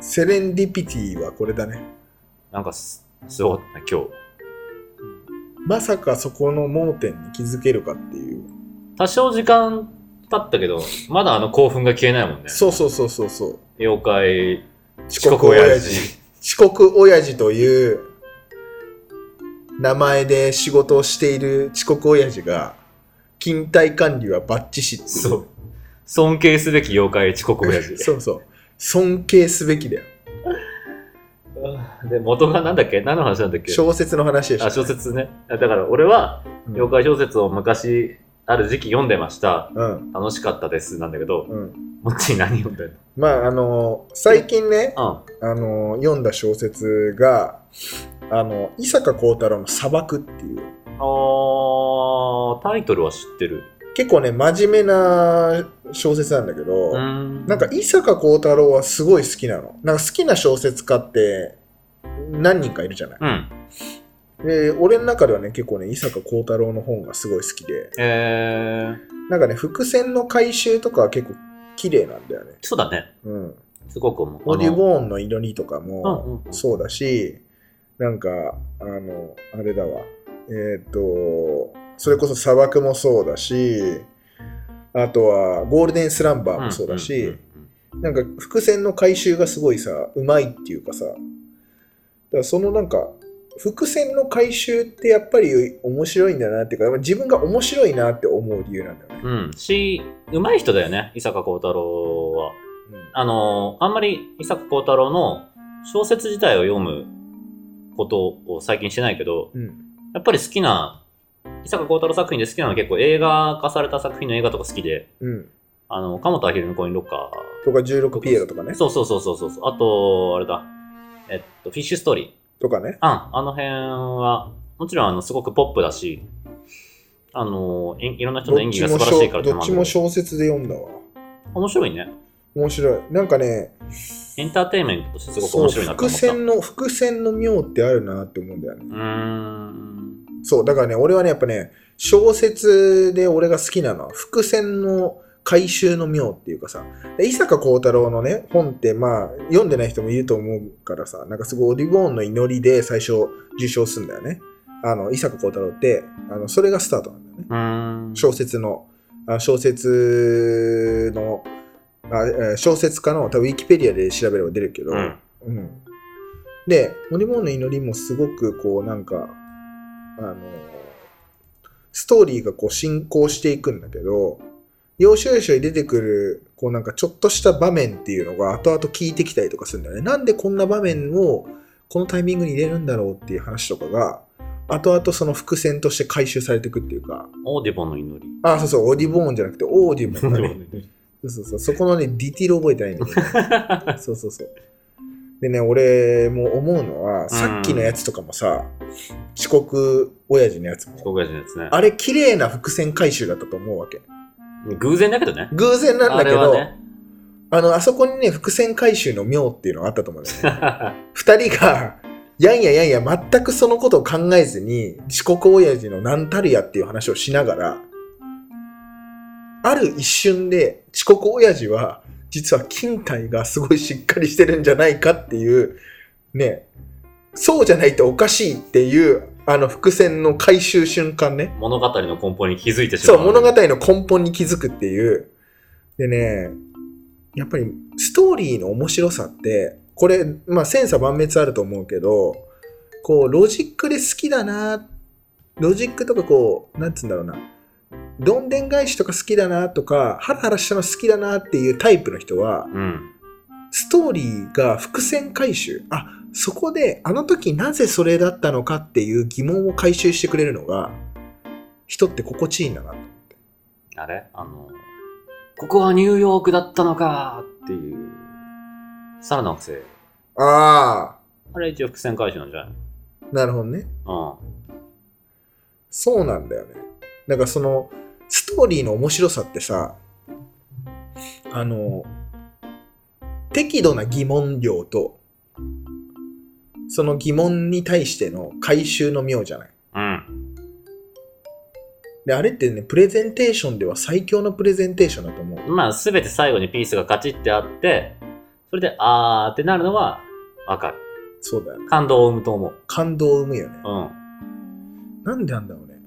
セレンディピティはこれだね。なんかす、すごかった、今日。まさかそこの盲点に気づけるかっていう。多少時間経ったけど、まだあの興奮が消えないもんね。そうそうそうそうそう。妖怪、遅刻親遅刻父。遅刻親父という名前で仕事をしている遅刻親父が、勤怠管理はバッチシっていうそう。尊敬すべき妖怪、遅刻親父。そうそう。尊敬すべきだよ。で、元がなんだっけ何の話なんだっけ小説の話でしあ、た。小説ね。だから俺は、うん妖怪小説を昔、ある時期読んでました。うん。楽しかったです。なんだけど、うん。もっち何読んでんまあ、あのー最近ね、のうん。あのー読んだ小説が、あの、伊坂幸太郎の砂漠っていう、あー、タイトルは知ってる。結構ね、真面目な小説なんだけど、んなんか伊坂幸太郎はすごい好きなの。なんか好きな小説家って何人かいるじゃない。うん。で、俺の中ではね、結構ね、伊坂幸太郎の本がすごい好きで、えー、なんかね、伏線の回収とかは結構綺麗なんだよね。そうだね。うん。すごく思う。オデあュのボーンの祈りとかうんもうんうんそうだし、なんか、あの、あれだわ。えーっ、と、それこそ砂漠もそうだし、あとはゴールデンスランバーもそうだし、んうんうんなんか伏線の回収がすごいさうまいっていうかさだからそのなんか伏線の回収ってやっぱり面白いんだなっていうか自分が面白いなって思う理由なんだよね、うん、し、うまい人だよね、伊坂幸太郎は。うんあの、あんまり伊坂幸太郎の小説自体を読むことを最近してないけど、うんやっぱり好きな、伊坂幸太郎作品で好きなのは結構映画化された作品の映画とか好きで、うん、あの、鴨田アヒルのコインロッカとか16ピエロとかねー。そうそうそうそうそう。あと、あれだ。えっと、フィッシュストーリー。とかねああの辺は、もちろんあのすごくポップだし、あのいいろんな人の演技が素晴らしいからどっちもたまんない小説で読んだわ面白いね。面白いなんかねエンターテインメントとしてすごくそう面白いな伏と思った。う線の伏線の妙ってあるなって思うんだよね、ーん。そう、だからね、俺はね、やっぱね、小説で俺が好きなのは、伏線の回収の妙っていうかさ、で伊坂幸太郎のね、本って、まあ、読んでない人もいると思うからさ、なんかすごい、リボーンの祈りで最初、受賞するんだよね。あの、伊坂幸太郎って、あの、それがスタートなんだよね。うーん。小説の、あ小説の、あえー小説家の、多分ウィキペディアで調べれば出るけど、うん。うん、で「森本の祈り」もすごくこうなんかあのストーリーがこう進行していくんだけど要所要所に出てくるこうなんかちょっとした場面っていうのが後々聞いてきたりとかするんだよね。なんでこんな場面をこのタイミングに入れるんだろうっていう話とかが後々その伏線として回収されていくっていうかオーディボンの祈り。あそうそうオーディボーンじゃなくてオーディボオンーだデねィボンの祈りそうそうそう、そこのね、ディティール覚えてないんだけど、 そうそうそう。でね、俺も思うのは、さっきのやつとかもさ、遅刻親父のやつ四も、国味のやつね。あれ綺麗な伏線回収だったと思うわけ。偶然だけどね。偶然なんだけあど、あ,、れはね。の、あそこにね、伏線回収の妙っていうのがあったと思うんだよね。二人が、やんややんや、全くそのことを考えずに、遅刻親父の何たるやっていう話をしながら、ある一瞬で、遅刻親父は、実は勤怠がすごいしっかりしてるんじゃないかっていう、ね、そうじゃないとおかしいっていう、あの伏線の回収瞬間ね。 物語の根本に気づいてし ま。そうう、物語の根本に気づくっていう。でね、やっぱりストーリーの面白さって、これ、まあ、千差万別あると思うけど、こう、ロジックで好きだな、ロジックとかこう、なんつうんだろうな、どんでん返しとか好きだなとか、ハラハラしたの好きだなっていうタイプの人は、うん。ストーリーが伏線回収。あ、そこであの時なぜそれだったのかっていう疑問を回収してくれるのが、人って心地いいんだなと。あれあの、ここはニューヨークだったのかっていう、サラの惑星。ああれ一応伏線回収なんじゃないあ、なるほどね。のそうなんだよね。だからその、ストーリーの面白さってさ、あの、適度な疑問量と、その疑問に対しての回収の妙じゃない。うん。うん。で、あれってね、プレゼンテーションでは最強のプレゼンテーションだと思う。まあ、すべて最後にピースがカチってあって、それで、あーってなるのは、わかる。そうだよね感動を生むと思う。感動を生むよねうん。なんでなんだろうね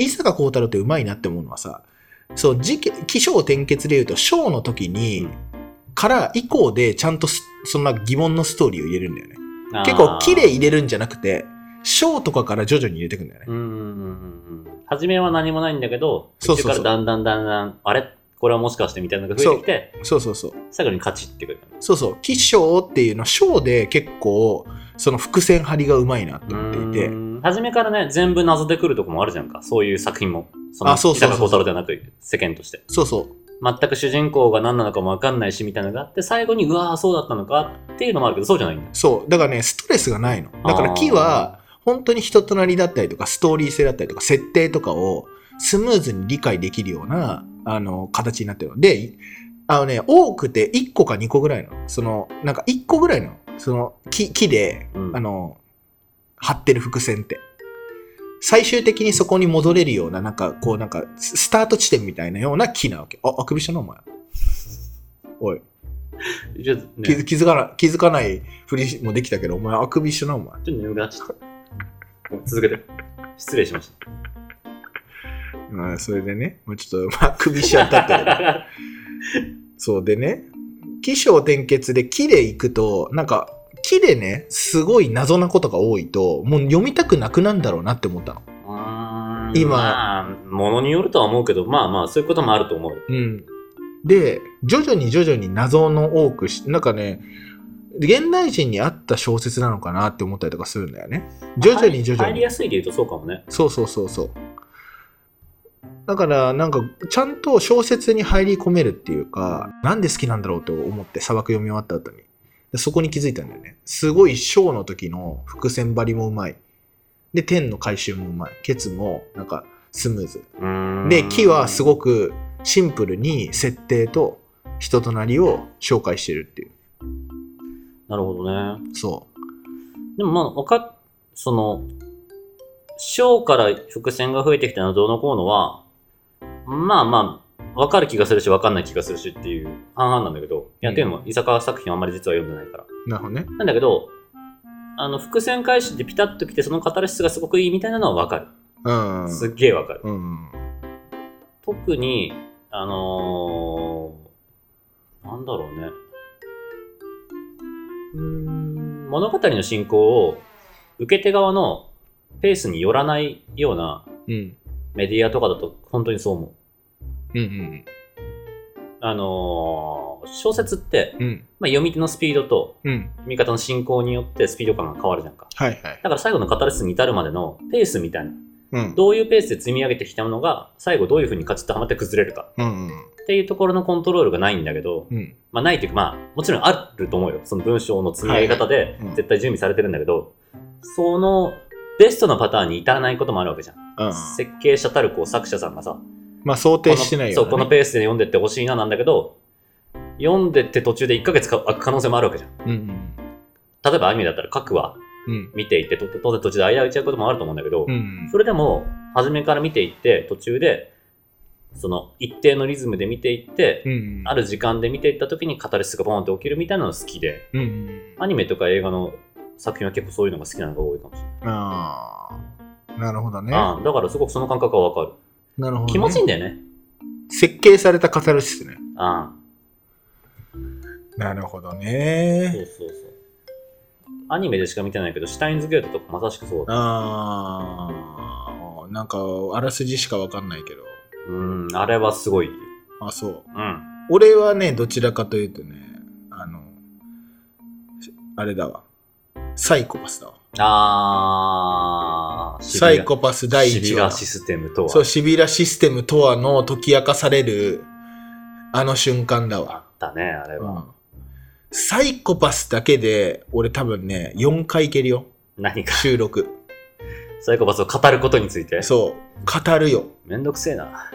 伊坂幸太郎ってうまいなって思うのはさそう事件起承転結でいうと章の時に、うんから以降でちゃんとすそんな疑問のストーリーを入れるんだよね結構綺麗入れるんじゃなくて章とかから徐々に入れてくんだよね、うんうんうんうん。初めは何もないんだけど、そうそ途中うかそうらだんだんだんだん、あれこれはもしかしてみたいなのが増えてきて、そうそうそう最後にカチってくる。そうそう起承っていうの章で結構その伏線張りがうまいなと思っていてうん初めからね、全部謎でくるとこもあるじゃんか。そういう作品も。その、あそうそうそう北川幸太郎ではなく、世間として。そうそう全く主人公が何なのかもわかんないし、みたいなのがあって、最後に、うわー、そうだったのかっていうのもあるけど、そうじゃないんだ。そうだからねストレスがないのだからあー木は本当に人となりだったりとかストーリー性だったりとか設定とかをスムーズに理解できるようなあの形になってるのであのね多くて1個か2個ぐらいのそのなんか1個ぐらいのその木木でうんあの張ってる伏線って最終的にそこに戻れるようななんかこうなんかススタート地点みたいなような木なわけああくびしたなお前おいちょっと気ね、づ気づかな気づかないふりもできたけど、お前、あくび一緒な、お前。ちょっと眠くなっちゃった。続けて。失礼しましまあ、それでね、もうちょっと、まあ、あくびしちゃったってこと。 た。そうでね、起承転結で木で行くと、なんか、木でね、すごい謎なことが多いと、もう読みたくなくなんだろうなって思ったの。うーん今まあ、ものによるとは思うけど、まあまあ、そういうこともあると思う。うん。で、徐々に徐々に謎の多くし、なんかね、現代人に合った小説なのかなって思ったりとかするんだよね。徐々に徐々入にり。やすいで言うとそうかもね。そうそうそうそう。だから、なんか、ちゃんと小説に入り込めるっていうか、なんで好きなんだろうと思って、砂漠読み終わった後に。でそこに気づいたんだよね。すごい、章の時の伏線張りもうまい。で、天の回収もうまい。ケツも、なんか、スムーズ。うーんで、木はすごくシンプルに設定と人となりを紹介してるっていう。なるほどね。そでもまあ、わかっ、その、章から伏線が増えてきたのどうのこうのは、まあまあ、わかる気がするし、わかんない気がするしっていう半々なんだけど、いや、うんっていうのも、伊坂作品あんまり実は読んでないから。う。なるほどね。なんだけど、あの、伏線回収でピタッときて、そのカタルシスがすごくいいみたいなのはわかる。うん。すっげえわかる。うん。特に、あのーなんだろうね。うーん、物語の進行を受け手側のペースによらないようなうん。メディアとかだと本当にそう思うん。うん。う。あのー小説って、うん。まあ、読み手のスピードとうん。読み方の進行によってスピード感が変わるじゃんか。はいはい。だから最後のカタルシスに至るまでのペースみたいな。うん。どういうペースで積み上げてきたものが最後どういう風にカチッとはまって崩れるかうん。うん。っていうところのコントロールがないんだけど、うん。まあ、ないというか、まあ、もちろんあると思うよ。その文章の積み上げ方でうん絶対準備されてるんだけど、そのベストなパターンに至らないこともあるわけじゃん。うん設計者たるこう作者さんがさ、まあ想定してないよ、そうね。このペースで読んでってほしいななんだけど、読んでって途中で1ヶ月か空く可能性もあるわけじゃん。うん例えばアニメだったら書くはうん。うん。見ていて、と当然途中で間が空いちゃうこともあると思うんだけど、うん。それでも初めから見ていって途中でその一定のリズムで見ていって、うん。ある時間で見ていった時にカタルシスがボーンって起きるみたいなの好きで、うんうん。アニメとか映画の作品は結構そういうのが好きなのが多いかもしれない。ああ。なるほどね。ああだからすごくその感覚はわかる。なるほど、ね。気持ちいいんだよね。設計されたカタルシスね。あなるほどあそうね。そうそう。アニメでしか見てないけど、シュタインズゲートとかまさしくそうだ。ああ。なんか、あらすじしかわかんないけど。うん、あれはすごい。うあ、そう。ん。俺はね、どちらかというとね、あの、あれだわ。サイコパスだわ。ああ、サイコパス第シ一ビ話ラ。システムとは。そう、シビラシステムとはの解き明かされる、あの瞬間だわあ。ったね、あれは。サイコパスだけで、俺多分ね、4回いけるよ。何か、収録。サイコパスを語ることについて。そう。語るよ。めんどくせえな。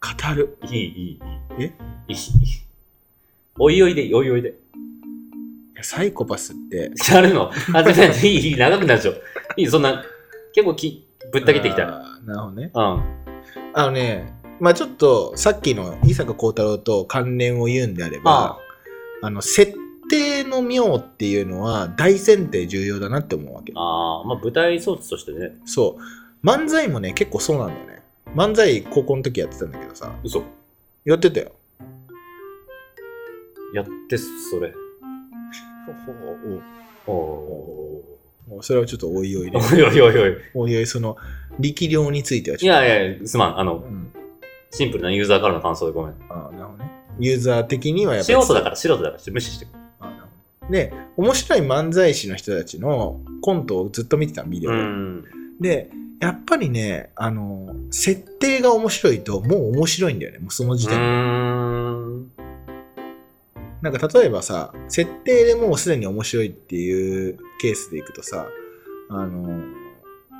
語る。いい、いい、いい。えいい。おいおいでいい、おいおいで。いやサイコパスって。やるのあ、でもいい、いい、長くなるでしょ。いい、そんな、結構き、ぶった切ってきた。あーなるほどね。うん。あのね、まあちょっと、さっきの伊坂幸太郎と関連を言うんであれば、あの、設定の妙っていうのは大前提重要だなって思うわけああ、まあ舞台装置としてね。そう漫才もね結構そうなんだよね漫才高校の時やってたんだけどさ嘘。やってたよやって、それ。おおもうそれはちょっとおいおいでー。おいおいおいおい。おいおいその力量についてはちいょっとやいや、すまん。あのう、ん、シンプルなユーザーからの感想でごめん。あなるほどねユーザー的にはやっぱ素人だから、素人だから、無視して。あなるほどで面白い漫才師の人たちのコントをずっと見てたのビデオうで、ん。でやっぱりねあの設定が面白いともう面白いんだよねもうその時う点で、ーん。なんか例えばさ設定でもうすでに面白いっていうケースでいくとさあの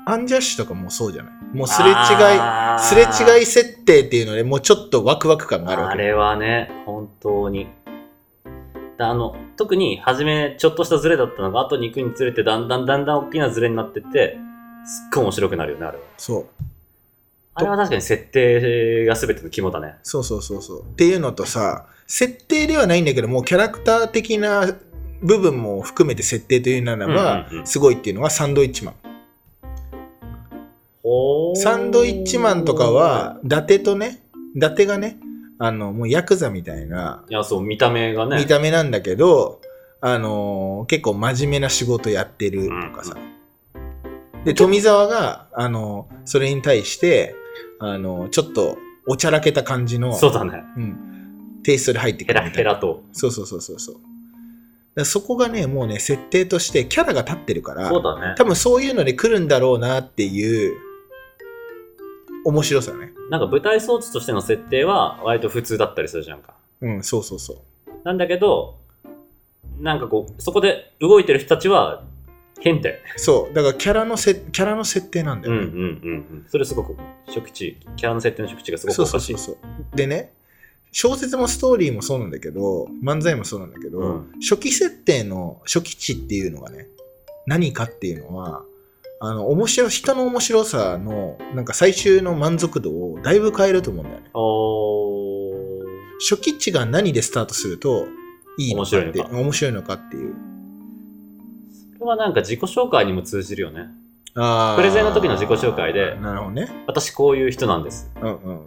アンジャッシュとかもそうじゃないもうすれ違いあーすれ違い設定っていうのでもうちょっとワクワク感があるわあけれはね、本当に。だあの特に初めちょっとしたズレだったのが後に行くにつれてだんだんだんだん大きなズレになってってすっごい面白くなるよねあれはそうあれは確かに設定が全ての肝だねそうそうそうそうっていうのとさ設定ではないんだけどもうキャラクター的な部分も含めて設定というならば、うんうんうんすごいっていうのはサンドイッチマンサンドイッチマンとかは伊達とね伊達がねあのもうヤクザみたいないやそう見た目がね見た目なんだけど、あのー結構真面目な仕事やってるとかさ、で富澤が、あのーそれに対して、あのーちょっとおちゃらけた感じのそうだねうん、テイストで入ってくヘるみラたいなヘラとそうそうそうそうそうだからそこがねもうね設定としてキャラが立ってるからそうだね多分そういうので来るんだろうなっていう面白さねなんか舞台装置としての設定は割と普通だったりするじゃんかうんそうそうそうなんだけどなんかこうそこで動いてる人たちは変だよねそうだからキャラのせキャラの設定なんだうんようね、んうんうん。それすごく、職地、キャラの設定の職地がすごくそおうそかうしそ。いうそうでね小説もストーリーもそうなんだけど漫才もそうなんだけど、うん初期設定の初期値っていうのがね何かっていうのはあの面白い人の面白さのなんか最終の満足度をだいぶ変えると思うんだよねおー初期値が何でスタートするといいのかって面白いの面白いのかっていうそれはなんか自己紹介にも通じるよね。あープレゼンの時の自己紹介でなるほどね私こういう人なんです。うんうん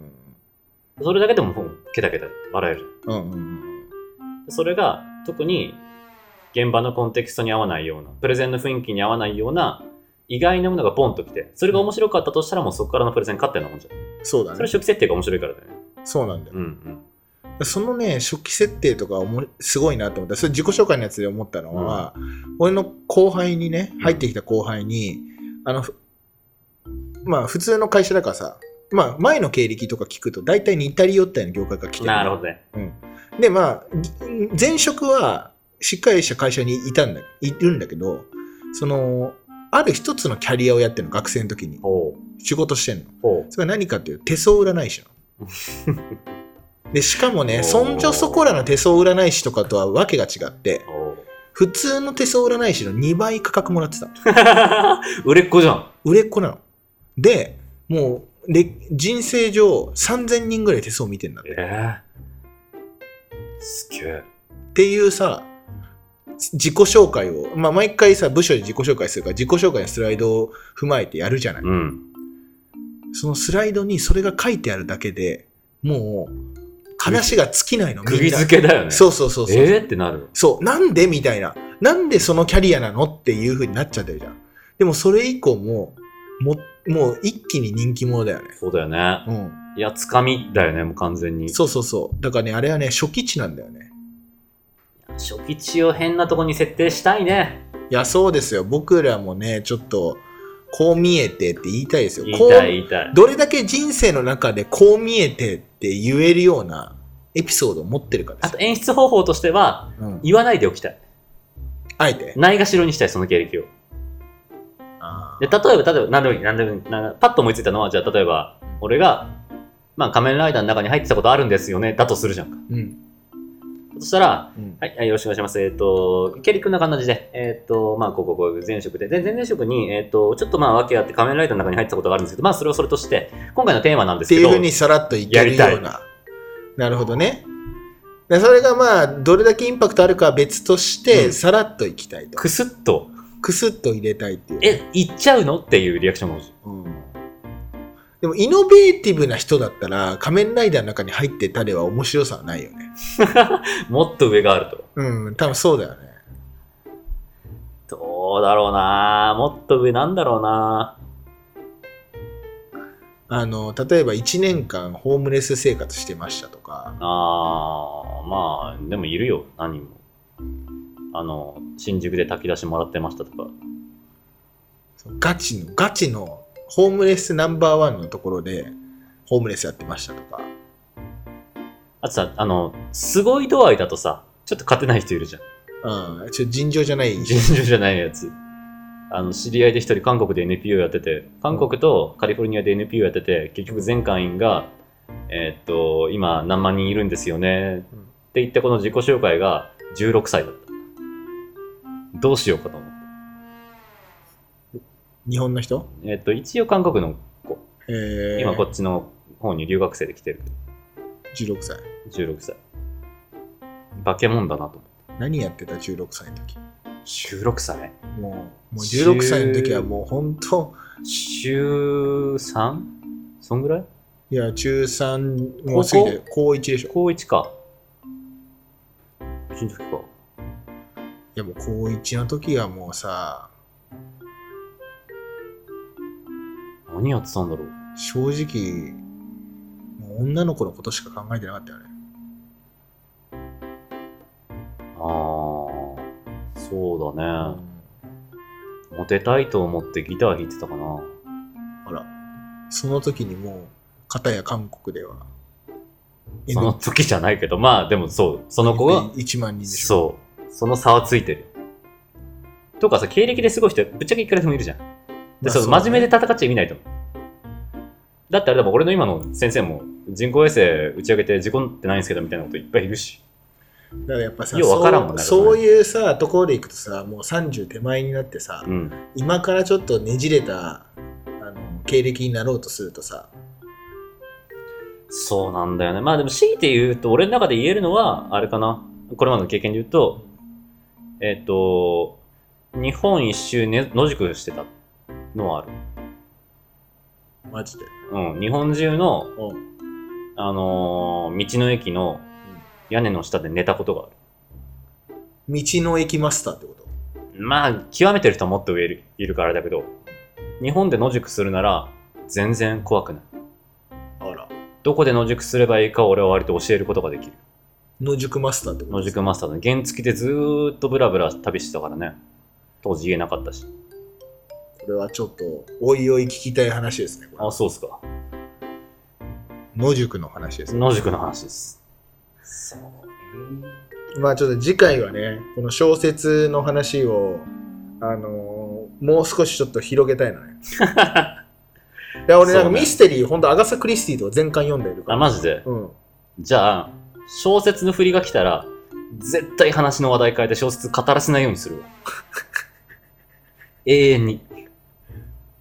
それだけでももうケタケタ笑える。うんうんうんうんそれが特に現場のコンテクストに合わないような、プレゼンの雰囲気に合わないような、意外なものがポンと来て、それが面白かったとしたらもうそこからのプレゼン勝ったようなもんじゃん。そうだそれね初期設定が面白いからだよね。そうなんだようんうん。そのね、初期設定とかおもすごいなと思った。それ自己紹介のやつで思ったのは、俺の後輩にね、入ってきた後輩に、あの、ふまあ普通の会社だからさ、まあ前の経歴とか聞くと大体似たり寄ったりの業界が来てなるほどね。で、まあ、前職はしっかりした会社にいたんだ、いるんだけど、その、ある一つのキャリアをやってるの、学生の時に。ほ仕事してんの。う。ほう。それは何かっていう手相占い師な の。でしかもね、おーそんじょそこらの手相占い師とかとはわけが違って、ほう。普通の手相占い師の2倍価格もらってた。 売れっ子じゃん。売れっ子なの。で、もう、れ人生上3000人ぐらい手相見てんだって。ええすげえ。っていうさ、自己紹介を、まあ、毎回さ、部署で自己紹介するから、自己紹介のスライドを踏まえてやるじゃない。うん。そのスライドにそれが書いてあるだけで、もう、話が尽きないの、みんな釘付けだよね。そうそうそうそう。ええってなる。そう、なんでみたいな。なんでそのキャリアなのっていう風になっちゃってるじゃん。でもそれ以降も、も、もう一気に人気者だよね。そうだよね。うん。いや、つかみだよね、もう完全に。そうそうそう。だからね、あれはね、初期値なんだよね。初期値を変なとこに設定したいね。いや、そうですよ。僕らもね、ちょっと、こう見えてって言いたいですよ。言いたいこ、。言いたいうどれだけ人生の中でこう見えてって言えるようなエピソードを持ってるかであすとよ。演出方法としては、うん。言わないでおきたい。あえて。ないがしろにしたい、その経歴を。あで、例えば、例えば、何でもいい、何でもいいなパッと思いついたのは、じゃあ、例えば、俺が、まあ、仮面ライダーの中に入ってたことあるんですよね、だとするじゃんか。ーうん。そしたら、うん。はい、はいよろしくお願いします。えっ、と、ケリ君な感じで、えっ、と、まあ、こうこうこう、前職で、で前々職に、えっ、と、ちょっとまあ、訳あって仮面ライダーの中に入ってたことがあるんですけど、まあ、それをそれとして、今回のテーマなんでっすてけいうど、風にさらっといけるやようりな。なるほどね。でそれがまあ、どれだけインパクトあるかは別として、うんさらっといきたいと。くすっと、くすっと入れたいっていう。え、行っちゃうのっていうリアクションが欲しい。うんでも、イノベーティブな人だったら、仮面ライダーの中に入ってたでは面白さはないよね。もっと上があると。うん、多分そうだよね。どうだろうなもっと上なんだろうなあの、例えば1年間ホームレス生活してましたとか、あー、まあ、でもいるよ、何人も。あの、新宿で炊き出しもらってましたとか。そのガチの、ガチのホームレスナンバーワンのところで、ホームレスやってましたとか。あとさ、あの、すごい度合いだとさ、ちょっと勝てない人いるじゃん。うん、ちょっと尋常じゃない人尋常じゃないやつ。あの、知り合いで一人韓国で NPO やってて、韓国とカリフォルニアで NPO やってて、結局全会員が、えーっと、今何万人いるんですよね、うんって言ったこの自己紹介が16歳だった。どうしようかと思って。日本の人えーっと、一応韓国の子、えー、今こっちの方に留学生で来てる16歳。けど、16歳。化け物だなと思って。何やってた16歳の時16歳もうもう16歳の時はもう本当週 3? そんぐらいいや中3もう過ぎて高1でしょい高1か。新宿か。やもう高1の時はもうさ何やってたんだろう。正直もう女の子のことしか考えてなかったよねああ、そうだね。モテたいと思ってギター弾いてたかな。ほらその時にもう片や韓国ではその時じゃないけど、まあでもそう、その子が、 1万人でしょそう、その差はついてる。とかさ、経歴ですごい人、ぶっちゃけいくらでもいるじゃん。で、そう、真面目でた戦っちゃ意味ないと思う。だってあれでも俺の今の先生も人工衛星打ち上げて事故ってないんですけどみたいなこといっぱいいるし。だからやっぱさようわからんもんねそうそういうさところでいくとさもう30手前になってさ、うん。今からちょっとねじれたあの経歴になろうとするとさ、そうなんだよね。まあでも強いて言うと、俺の中で言えるのは、あれかな。これまでの経験で言うと、えっ、と、日本一周ね、野宿してたのはある。マジで。うん。日本中の、おあのー道の駅の屋根の下で寝たことがあ道の駅マスターってことる。まあ、極めてる人はもっと上いるいるからあれだけど、日本で野宿するなら、全然怖くない。あら。どこで野宿すればいいか俺は割と教えることができる。野宿マスターってこと野宿マスターの原付でずーっとブラブラ旅してたからね。当時言えなかったし。これはちょっと、おいおい聞きたい話ですね。これあ、そうっすか。野宿の話ですね。野宿の話です。そう。まあちょっと次回はね、この小説の話を、あのーもう少しちょっと広げたい なね。いや俺なんかそうねミステリー、ほんとアガサ・クリスティとか全巻読んでるかあ、ら。マジで。うん。じゃあ、小説の振りが来たら、絶対話の話題変えて小説語らせないようにするわ。 永遠に。い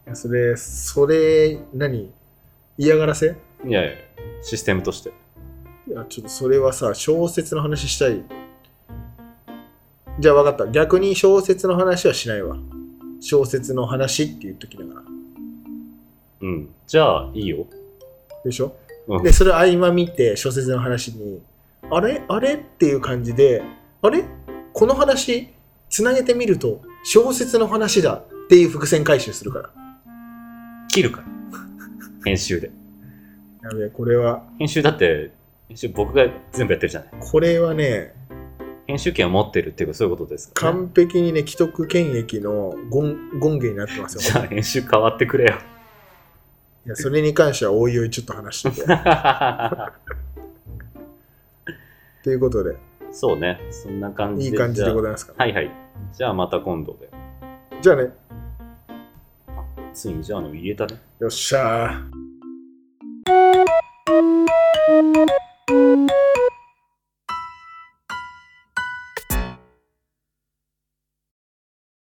やそれ、それ、何嫌がらせいやいや、システムとして。いや、ちょっとそれはさ、小説の話したい。じゃあ分かった。逆に小説の話はしないわ。小説の話って言っときながら。うん。じゃあ、いいよ。でしょ、うんで、それ合間見て、小説の話に、あれあれっていう感じで、あれこの話、つなげてみると、小説の話だっていう伏線回収するから。切るから。編集で。やべえ、これは、編集だって、編集僕が全部やってるじゃない。これはね、編集権を持ってるっていうか、そういうことですから、ね。完璧にね、既得権益の権権限になってますよ。じゃあ、編集変わってくれよ。いやそれに関しては、おいおいちょっと話してて。ということで、 そうね。そんな感いじいで。感じでございざいますから。はいはい。じゃあまた今度で。じゃあね、ついにじゃあの言えたね。よっしゃー。